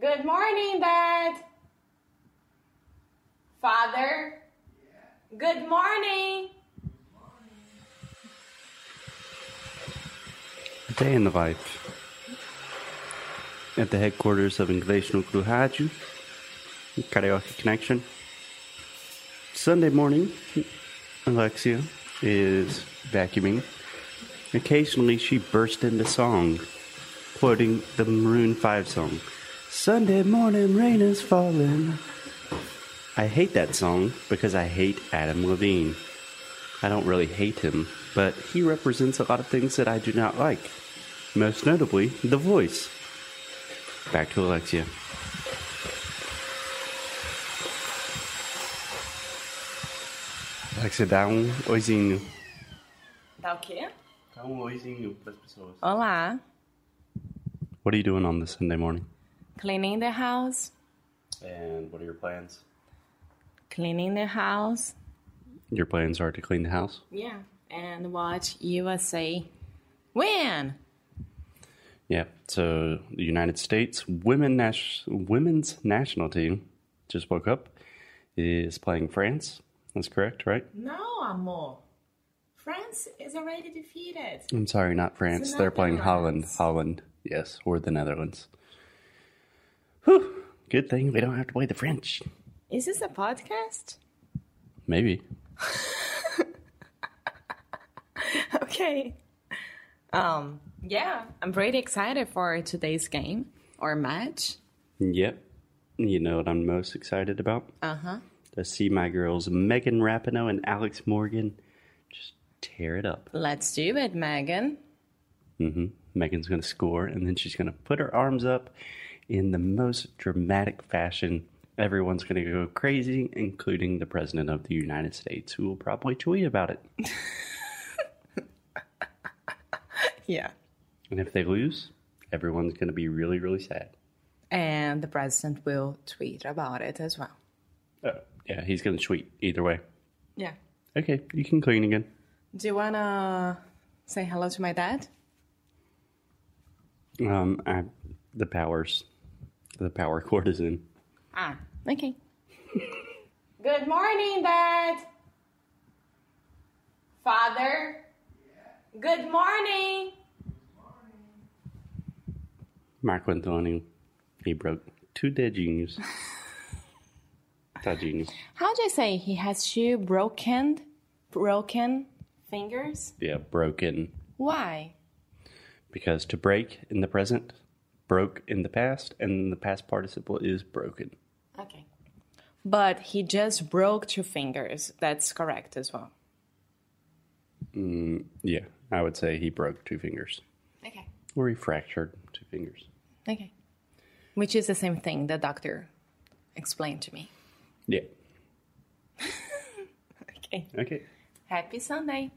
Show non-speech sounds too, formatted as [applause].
Good morning, Dad. Father. Good morning. A day in the life. At the headquarters of Inglês Núcleo Rádio, Carioca Connection. Sunday morning, Alexia is vacuuming. Occasionally, she bursts into song, quoting the Maroon 5 song. Sunday morning, rain is falling. I hate that song because I hate Adam Levine. I don't really hate him, but he represents a lot of things that I do not like. Most notably, the voice. Back to Alexia. Alexia, dá um oizinho. Dá o quê? Dá um oizinho pras pessoas. Olá. What are you doing on this Sunday morning? Cleaning the house. And what are your plans? Cleaning the house. Your plans are to clean the house. Yeah. And watch USA win. Yeah. So the United States women nas- women's national team just woke up is playing France. That's correct, right? No, amor. France is already defeated. I'm sorry, not France. The They're playing Holland. Netherlands. Holland, yes, or the Netherlands. Whew. Good thing we don't have to play the French. Is this a podcast? [laughs] Maybe. Okay. Um, yeah, I'm pretty excited for today's game or match. Yep. You know what I'm most excited about? Uh huh. To see my girls Megan Rapinoe and Alex Morgan just tear it up. Let's do it, Megan. hmm Megan's going to score, and then she's going to put her arms up in the most dramatic fashion. Everyone's going to go crazy, including the President of the United States, who will probably tweet about it. Yeah. And if they lose, everyone's going to be really, really sad. And the president will tweet about it as well. Oh, yeah, he's going to tweet either way. Yeah. Okay, you can clean again. Do you wanna say hello to my dad? Um, I, the powers, the power [laughs] cord is in. Ah, okay. [laughs] Good morning, Dad. Father. Good morning. Marco Antonio, he broke two dedinhos. Tadinhos. How do you say he has two broken, broken fingers? Yeah, broken. Why? Because to break in the present, broke in the past, and the past participle is broken. Okay. But he just broke two fingers. That's correct as well. Yeah, I would say he broke two fingers. Okay. Or he fractured two fingers. Okay. Which is the same thing the doctor explained to me. Yeah. Okay. Okay. Happy Sunday.